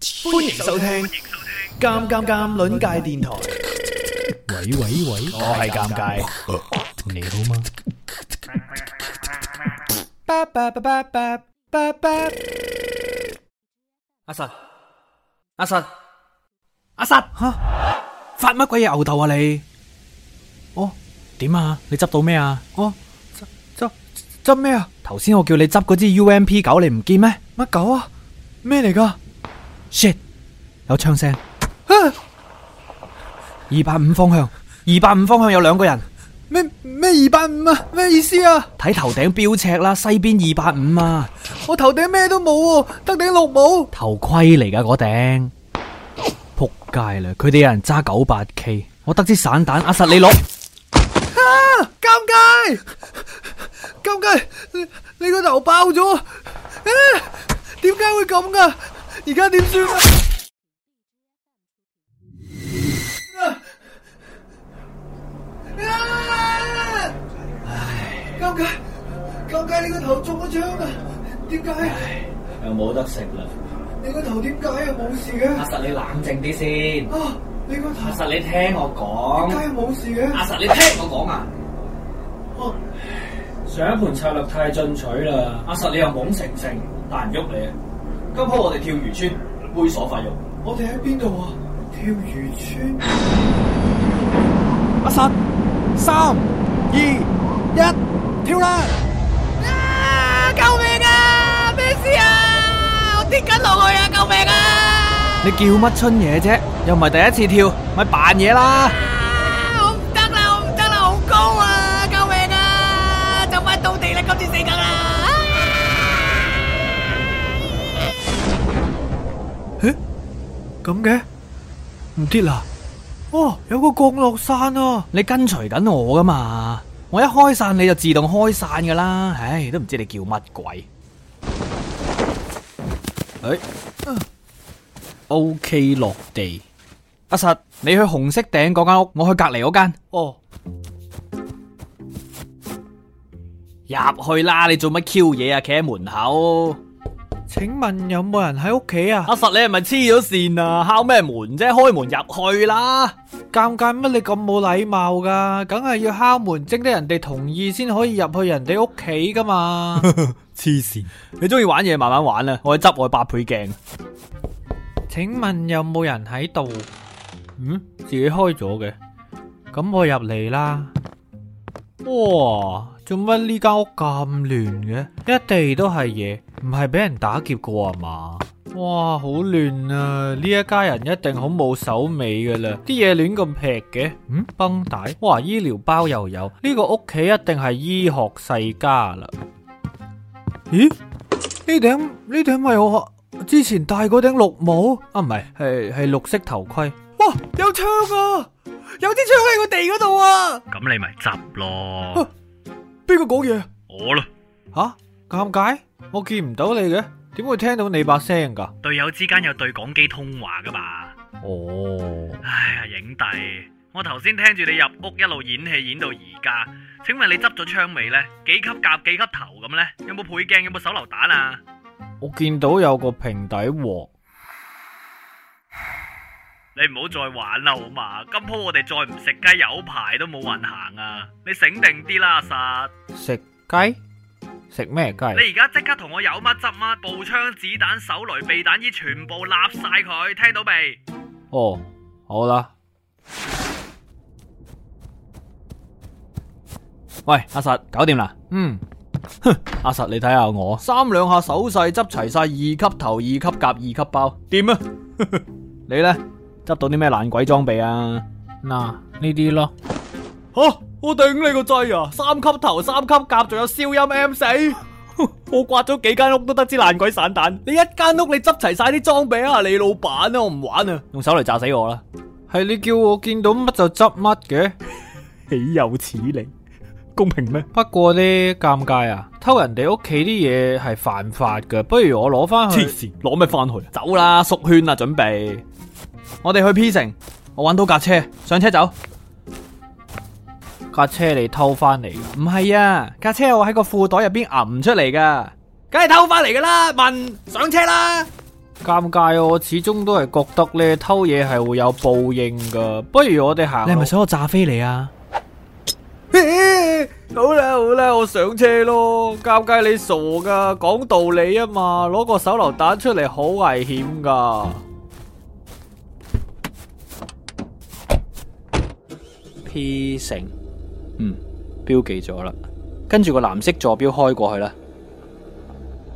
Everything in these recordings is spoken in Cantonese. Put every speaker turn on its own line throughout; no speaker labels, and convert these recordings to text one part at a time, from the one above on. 歡迎收聽《尷尷尷》鄰界電台。
喂喂喂，
我係尷尬，
你好嗎？
巴巴巴巴巴巴巴。
阿實，阿實，阿實，吓發乜鬼嘢牛頭啊你？
哦，點啊？你執到咩啊？
哦，執執執咩啊？頭先我叫你執嗰支 U M P 九，你唔見咩？
乜狗啊？咩嚟噶？
shit，有槍聲，啊二百五方向，二百五方向有兩個人，
咩咩二百五啊？咩意思啊？
睇頭頂標尺啦，西邊二百五啊，
我頭頂咩都冇喎，得頂綠帽。
頭盔嚟噶嗰頂，仆街啦！佢哋有人揸九八 K，我得支散彈，阿實你攞，
啊！尷尬，尷尬，你你個頭爆咗啊！點解會咁噶？而家點算啊？啊！尷尬，尷尬，你個頭中咗槍啊！點解？
哎又冇得食啦，
你個頭點解啊？冇事嘅。
實你冷靜啲先，
Ờ,
啊！你個頭
實你聽我講
點解冇哦事嘅？
阿實，你聽我講啊！上一盤策略太進取啦，阿實你又懵成成，但唔喐你。啊今鋪我哋跳魚村，猥瑣發育。
我哋喺邊度啊？跳魚村。
阿實，三二一，跳啦！
啊！救命啊！咩事啊？我跌緊落去啊！救命啊！
你叫乜春嘢啫？又唔係第一次跳，咪扮嘢啦！
啊！我唔得啦！我唔得啦！好高啊！救命啊！就快到地啦！今次死梗啦！啊
咁嘅？唔跌啦？哦，有個降落傘啊！
你跟隨緊我噶嘛？我一開傘你就自動開傘噶啦，唉，都唔知你叫乜鬼。誒，OK À, 落地。阿實，你去紅色頂嗰間屋，我去隔離嗰間。
哦，
入去啦！你做乜 Q 嘢啊？企喺門口。
請問有冇人喺屋企啊？
阿實，你係咪黐咗線啊？敲咩門啫？開門入去啦！
尷尬乜你咁冇禮貌噶？梗係要敲門徵得人哋同意先可以入去人哋屋企 噶嘛？
黐線！你中意玩嘢慢慢玩啦，我去執我嘅八倍鏡。
請問有冇人喺度？嗯，自己開咗嘅。咁我入嚟啦。哇，做乜呢間屋咁亂嘅？一地都係嘢，唔係俾人打劫過啊嘛？哇，好亂啊！呢一家人一定好冇手尾噶啦，啲嘢亂咁劈嘅。嗯，繃帶，哇，醫療包又有，呢個屋企一定係醫學世家啦。咦？呢頂呢頂咪我之前戴嗰頂綠帽啊，唔係係係綠色頭盔。哇，有槍啊！有支槍喺個地嗰度啊！
咁你咪執咯，
邊個講嘢？
我咯，
吓，尷尬，我見唔到你嘅，點會聽到你把聲噶？
隊友之間有對講機通話噶嘛？
哦，
唉呀，影帝，我頭先聽住你入屋一路演戲演到而家，請問你執咗槍未呢？幾級甲幾級頭咁呢？有冇倍鏡？有冇手榴彈啊？
我見到有個平底鑊。
你唔好再玩啦好嘛？今鋪我哋再唔食雞有排都冇運行啊！你醒定啲啦，阿實。
食雞？食咩雞？
你而家即刻同我有乜執乜，步槍、子彈、手雷、避彈衣全部立晒佢，聽到未？
哦，好啦，
喂，阿實，搞掂啦！
嗯，
阿實，你睇下我，三兩下手勢執齊晒二級頭、二級甲、二級包，掂啊！ 你呢？執到啲咩爛鬼裝備啊？
嗱呢啲咯，
吓、我頂你個掣啊！三級頭、三級甲，仲有消音 M 四，我刮咗幾間屋都得支爛鬼散彈。你一間屋你執齊晒啲裝備啊！你老闆啊，我唔玩啊！用手嚟炸死我啦！
係你叫我見到乜就執乜嘅。
豈有此理，公平咩？
不過呢，尷尬啊，偷人哋屋企啲嘢係犯法嘅，不如我攞翻去。
線，攞咩翻去？走啦，縮圈啦，準備。我哋去 P 城，我搵到架車，上車走。
架車你偷翻嚟㗎
唔係啊，架車我喺個褲袋入邊揞出嚟噶，梗係偷翻嚟噶啦！問上車啦，
尷尬啊！我始終都係覺得咧偷嘢係會有報應噶，不如我哋行。
你係咪
想我炸飛你啊？
好啦好啦，我上車咯。尷尬，你傻噶，講道理啊嘛，攞個手榴彈出嚟好危險噶。
P 城，嗯，標記咗啦。跟住個藍色坐標開過去啦。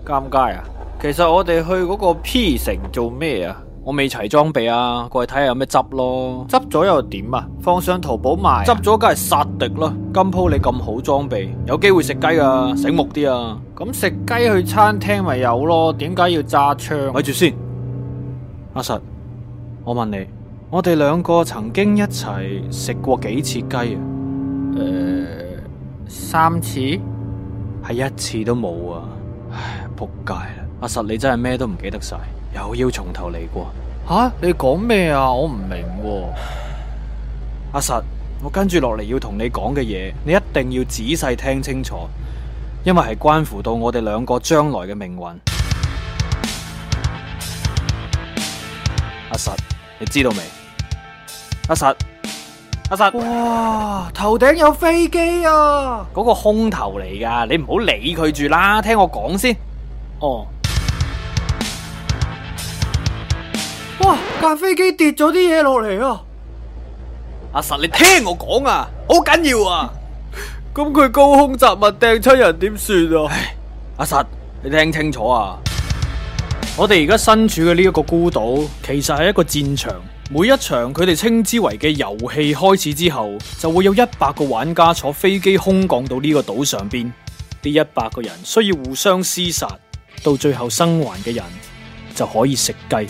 尷尬啊！其實我哋去嗰個 P 城做咩啊？
我未齊裝備啊，過去睇下有咩執咯。
執咗又點啊？放上淘寶賣啊。
執咗梗係殺敵啦！今鋪你咁好裝備，有機會食雞噶，醒目啲啊！
咁食雞去餐廳咪有咯？點解要揸槍？
咪住先，阿實，我問你，我哋兩個曾經一齊食過幾次雞啊？
三次
係一次都冇啊！唉，仆街啦！阿實你真係咩都唔記得晒，又要從頭嚟過。
吓、你講咩啊？我唔明喎、
阿實，我跟住落嚟要同你講嘅嘢，你一定要仔細聽清楚，因為係關乎到我哋兩個將來嘅命運。阿實，你知道未？阿實，阿實，嗰、
哇！頭頂有飛機啊！
個空頭嚟噶，你唔好理佢住啦，聽我講先。哦，
哇！架飛機跌咗啲嘢落嚟啊！
阿實，你聽我講啊，好緊要啊！
咁佢高空雜物掟出人點算啊？
阿實，你聽清楚啊！我哋而家身處嘅呢一個孤島，其實係一個戰場。每一場佢哋稱之為嘅遊戲開始之後，就會有一百個玩家坐飛機空降到呢個島上邊。呢一百個人需要互相厮殺，到最後生還嘅人就可以食雞。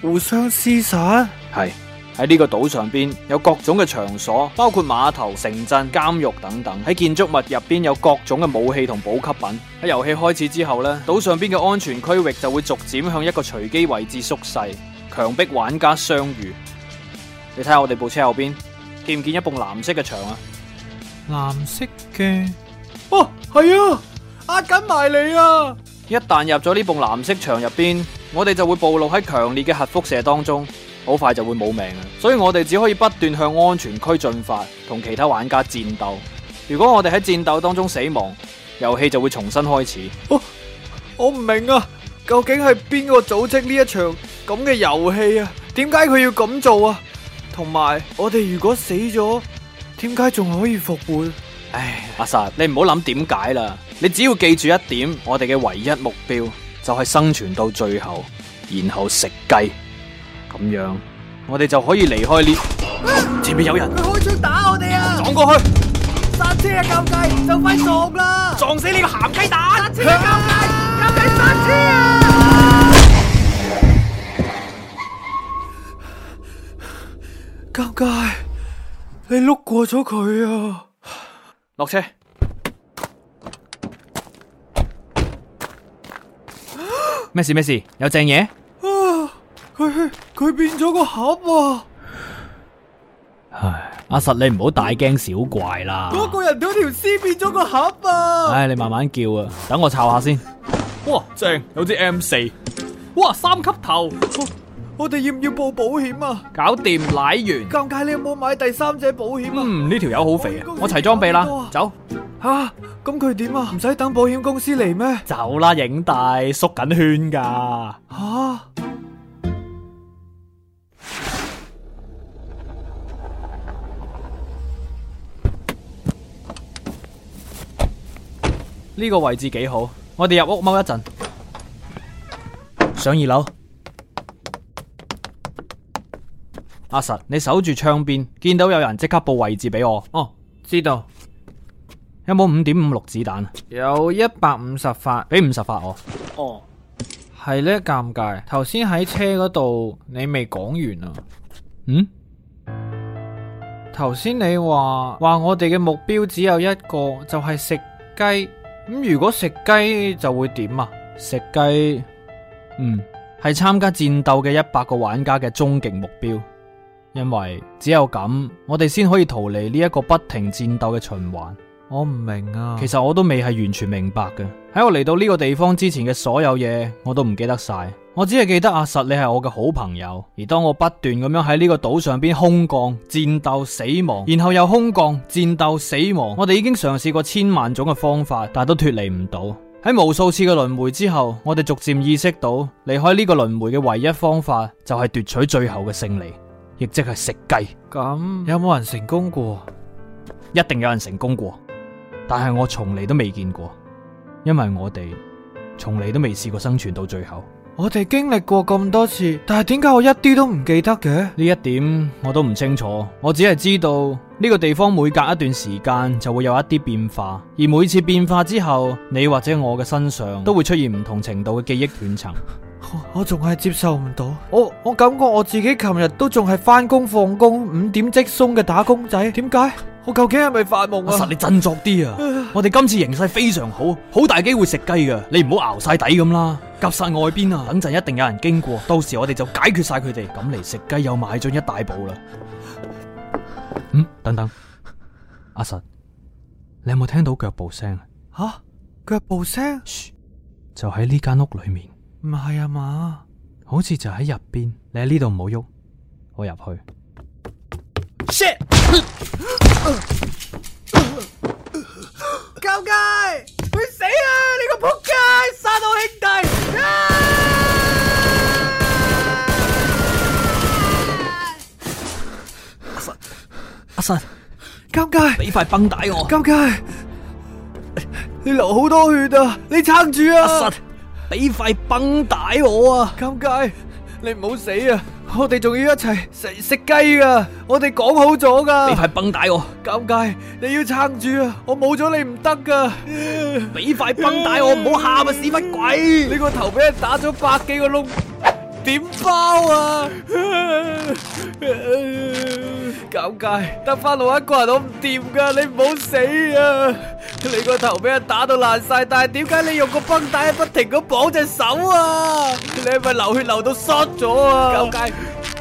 互相厮殺，
係喺呢個島上邊有各種嘅場所，包括碼頭、城鎮、監獄等等。喺建築物入邊有各種嘅武器同補給品。喺遊戲開始之後呢，島上邊嘅安全區域就會逐漸向一個隨機位置縮細，強迫玩家相遇。你睇下我哋部車後邊，見唔見一埲藍色嘅牆啊？
藍色嘅
哦，係啊，壓緊埋你啊！
一旦入咗呢埲藍色牆入邊，我哋就會暴露喺強烈嘅核輻射當中，好快就會冇命啦。所以我哋只可以不斷向安全區進發，同其他玩家戰鬥。如果我哋喺戰鬥當中死亡，遊戲就會重新開始。
哦我唔明啊，究竟係邊個組織呢一場咁嘅遊戲啊？點解佢要咁做啊？同埋我哋如果死咗，點解仲可以復活？
唉，阿實，你唔好諗點解啦，你只要記住一點，我哋嘅唯一目標就係生存到最後，然後食雞。咁樣，我哋就可以離開呢。前面有人
佢開槍打我哋啊！
撞過去，
刹车啊，尷尬，就快撞啦！
撞死你個鹹雞蛋！
刹車啊，尷尬，尷尬，刹車啊！
尷尬，你碌過咗佢啊！
落車。咩事咩事？有正嘢？
啊，佢佢變咗個盒啊！
阿實你唔好大驚小怪啦。
嗰個人嗰條屍變咗個盒啊！
唉，你慢慢叫啊，等我抄下先。
哇，正有支 M 四，哇三級頭，我哋要唔要報保險啊？
搞掂奶
尷
完。
尬，你有冇買第三者保險啊？
嗯，呢條友好肥啊！我齊裝備啦，走
吓，咁佢點啊？唔使等保險公司嚟咩？
走啦，影帝縮緊圈噶。
吓，
呢個位置幾好，我哋入屋踎一陣，上二樓。阿實，你守住窗邊，見到有人即刻報位置俾我。
哦，知道
有冇五點五六子彈啊？
有一百五十發，
俾五十發我。
哦，係呢，尷尬。頭先喺車嗰度你未講完啊。
嗯，
頭先你話話我哋嘅目標只有一個，就係食雞。咁如果食雞就會點啊？
食雞，嗯，係參加戰鬥嘅一百個玩家嘅終極目標，因為只有咁，我哋先可以逃離呢一個不停戰鬥嘅循環。
我唔明啊。
其實我都未係完全明白嘅。喺喺我嚟到呢個地方之前嘅所有嘢，我都唔記得晒。我只係記得阿實你係我嘅好朋友，而當我不斷咁樣喺呢個島上邊空降、戰鬥、死亡，然後又空降、戰鬥、死亡，我哋已經嘗試過千萬種嘅方法，但係都脫離唔到。喺無數次嘅輪迴之後，我哋逐漸意識到離開呢個輪迴嘅唯一方法就係奪取最後嘅勝利，亦即係食雞。
咁有冇人成功過？
一定有人成功過，但係我從嚟都未見過，因為我哋從嚟都未試過生存到最後。
我哋經歷過咁多次，但係點解我一啲都唔記得嘅？
呢一點我都唔清楚，我只係知道呢個地方每隔一段時間就會有一啲變化，而每次變化之後，你或者我嘅身上都會出現唔同程度嘅記憶斷層。
我我仲係接受唔到，我我感覺我自己琴日都仲係翻工放工五點即鬆嘅打工仔，點解？我究竟係咪發夢
阿實
啊？
你振作啲啊！我哋今次形勢非常好，好大機會食雞噶，你唔好熬晒底咁啦，夾晒外邊啊！等陣一定有人經過，到時我哋就解決晒佢哋，咁嚟食雞又邁進一大步啦。嗯，等等，阿實，你有冇聽到腳步聲啊？
吓，腳步聲？
就喺呢間屋裏面，
唔係啊嘛？
好似就喺入邊。你喺呢度唔好喐，我入去。
救界，佢死啊！你個仆街，殺我兄弟！啊
阿實，
尷尬，
俾塊繃帶我。
尷尬，你流好多血啊！你撐住啊！
阿實，俾塊繃帶我啊！
尷尬，你唔好死啊！我哋仲要一齊食食雞噶，我哋講好咗
俾
噶。
塊繃帶我。
尷尬，你要撐住啊！我冇咗你唔得噶。
俾塊繃帶我，唔好喊啊！屎忽鬼！
你個頭俾人打咗百幾個窿，點包啊？尷尬，得翻我一個人，我唔掂噶，你唔好死啊！你個頭俾人打到爛晒，但係點解你用個繃帶不停咁綁隻手啊？你係咪流血流到縮咗啊？尷尬，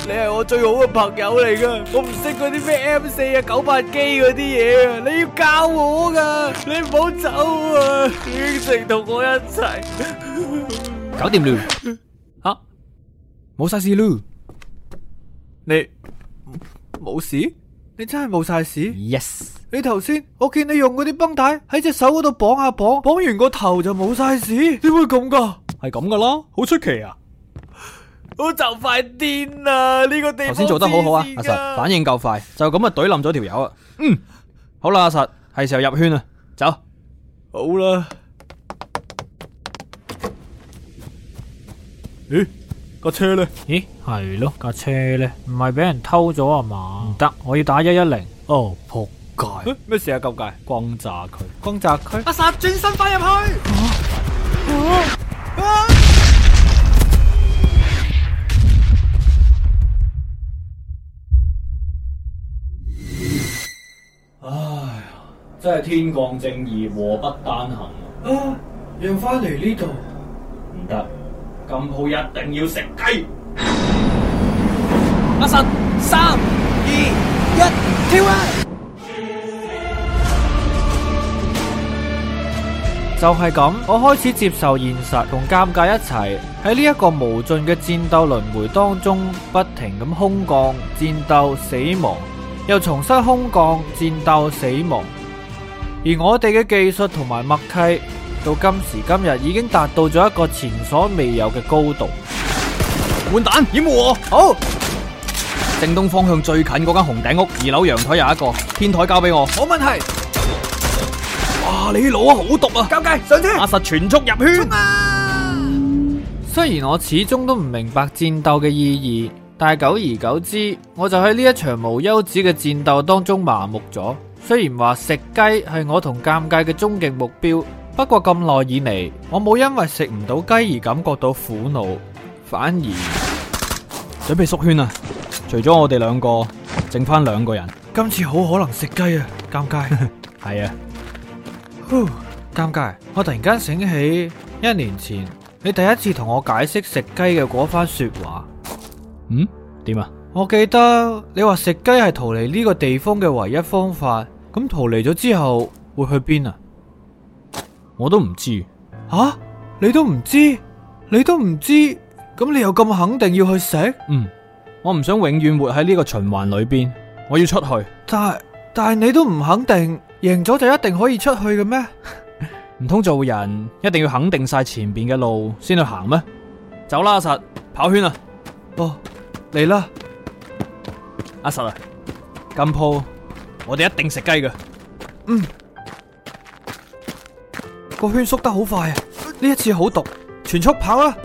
你係我最好嘅朋友嚟噶，我唔識嗰啲咩 M 四啊、九八機嗰啲嘢啊，你要教我噶，你唔好走啊！應承同我一齊。
搞掂了，吓冇晒事咯。
你冇事？你真係冇晒事？
Yes，
你頭先我見你用嗰啲繃帶喺隻手嗰度綁下綁，綁完個頭就冇晒事，點會咁噶？
係咁噶啦，好出奇啊！
我就快癲啦！呢、個地方
頭先做得好好啊，阿實反應夠快，就咁啊懟冧咗條友啊。嗯，好啦，阿實係時候入圈啦，走。
好啦。
咦，架車咧？
咦，係咯，架車呢？唔係俾人偷咗啊嘛？唔得，我要打一一零。哦，仆街，
咩事啊？咁解？
轟炸佢！
轟炸區？
阿實轉身翻入去。
真係天降正義，禍不單行啊！
啊！讓翻嚟呢度。
唔得，今鋪一定要食雞。阿實，三二一，跳啊！
就係咁，我開始接受現實同尷尬一齊喺呢一個無盡嘅戰鬥輪迴當中，不停咁空降、戰鬥、死亡，又重新空降、戰鬥、死亡。而我哋嘅技術同埋默契，到今時今日已經達到咗一個前所未有嘅高度。
換蛋，掩護我。好。正東方向最近嗰間紅頂屋，二樓陽台有一個，天台交俾我。冇問題。哇！你老啊，好毒啊！交界上車。阿實全速入圈。
雖然我始終都唔明白戰鬥嘅意義，但係久而久之，我就喺呢一場無休止嘅戰鬥當中麻木咗。雖然話食雞係我同尷尬嘅終極目標，不過咁耐以嚟，我冇因為食唔到雞而感覺到苦惱，反而
準備縮圈啊！除咗我哋兩個，剩翻兩個人。
今次好可能食雞啊！尷尬，
係啊，
呼尷尬！我突然間醒起一年前你第一次同我解釋食雞嘅嗰番說話。
嗯？點啊？
我記得你話食雞係逃離呢個地方嘅唯一方法，咁逃離咗之後會去邊啊？
我都唔知。
吓、你都唔知，你都唔知，咁你又咁肯定要去食？
嗯，我唔想永遠活喺呢個循環裏邊，我要出去。
但系但系你都唔肯定，贏咗就一定可以出去嘅咩？
唔通做人一定要肯定晒前邊嘅路先去行咩？走啦，阿實，跑圈啊！
哦，嚟啦！
阿實啊，今鋪我哋一定食雞嘅。
個圈縮得好快啊！呢一次好毒，全速跑啦！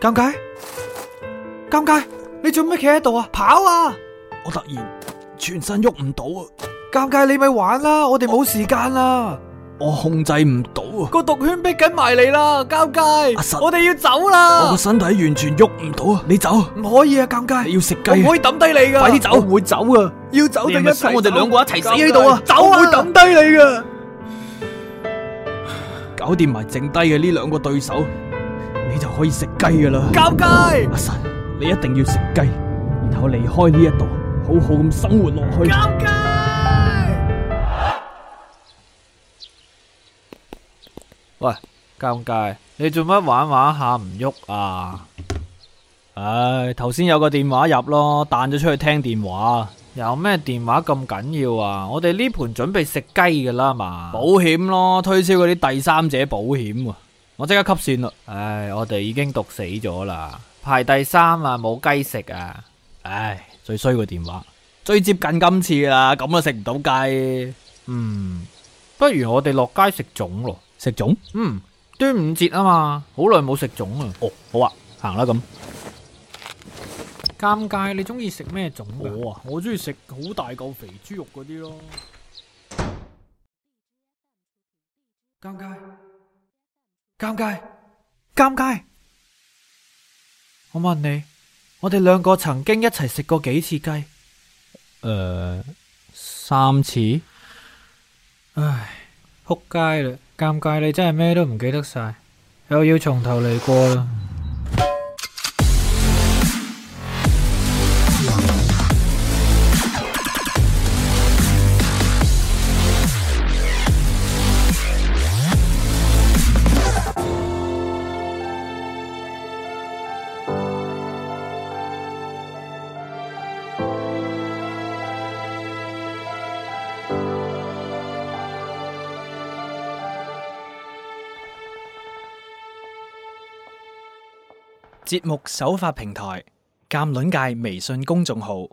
尷尬，尷尬，你做咩企喺度啊？跑啊！
我突然全身喐唔到啊！
尷尬，你咪玩啦，我哋冇時間啦！
我控制唔到啊！
個毒圈逼緊埋嚟啦，尷尬，
阿實
我哋要走
我
啦
個！身體完全喐唔到啊！你走，
唔可以啊，尷尬，
你要食雞
我唔可以抌低你噶，
快啲走，
我
會走啊！
要走
你係
就一
咪
齊
想
走，
我哋兩個一齊死
尷尬
喺度啊
走啊！
我會
抌低你噶。
搞掂埋剩低嘅呢兩個對手，你就可以食雞噶啦！
尷尬，
阿神，你一定要食雞，然後離開呢一度，好好咁生活落去。
尷尬。喂，尷尬，你做乜玩玩下唔喐啊？
唉，頭先有個電話入咯，彈咗出去聽電話，
有咩電話咁緊要啊？我哋呢盤準備食雞噶啦嘛
保。險咯，推銷嗰啲第三者保險喎。我即刻吸線啦！
唉，我哋已經毒死咗啦，排第三啊，冇雞食啊！
唉，最衰個電話，最接近今次啦，咁啊食唔到雞，
嗯，不如我哋落街食粽咯。
食粽。
嗯，端午節啊嘛，好耐冇食粽啦。
哦，好啊，行啦咁。
尷尬，你中意食咩種㗎？
我啊，
我中意食好大嚿肥豬肉嗰啲咯。
尷尬，尷尬，尷尬！我問你，我哋兩個曾經一齊食過幾次雞？
诶、三次。
仆街啦！尷尬，你真係咩都唔記得晒，又要從頭嚟過啦。
节目首发平台：鉴卵界微信公众号。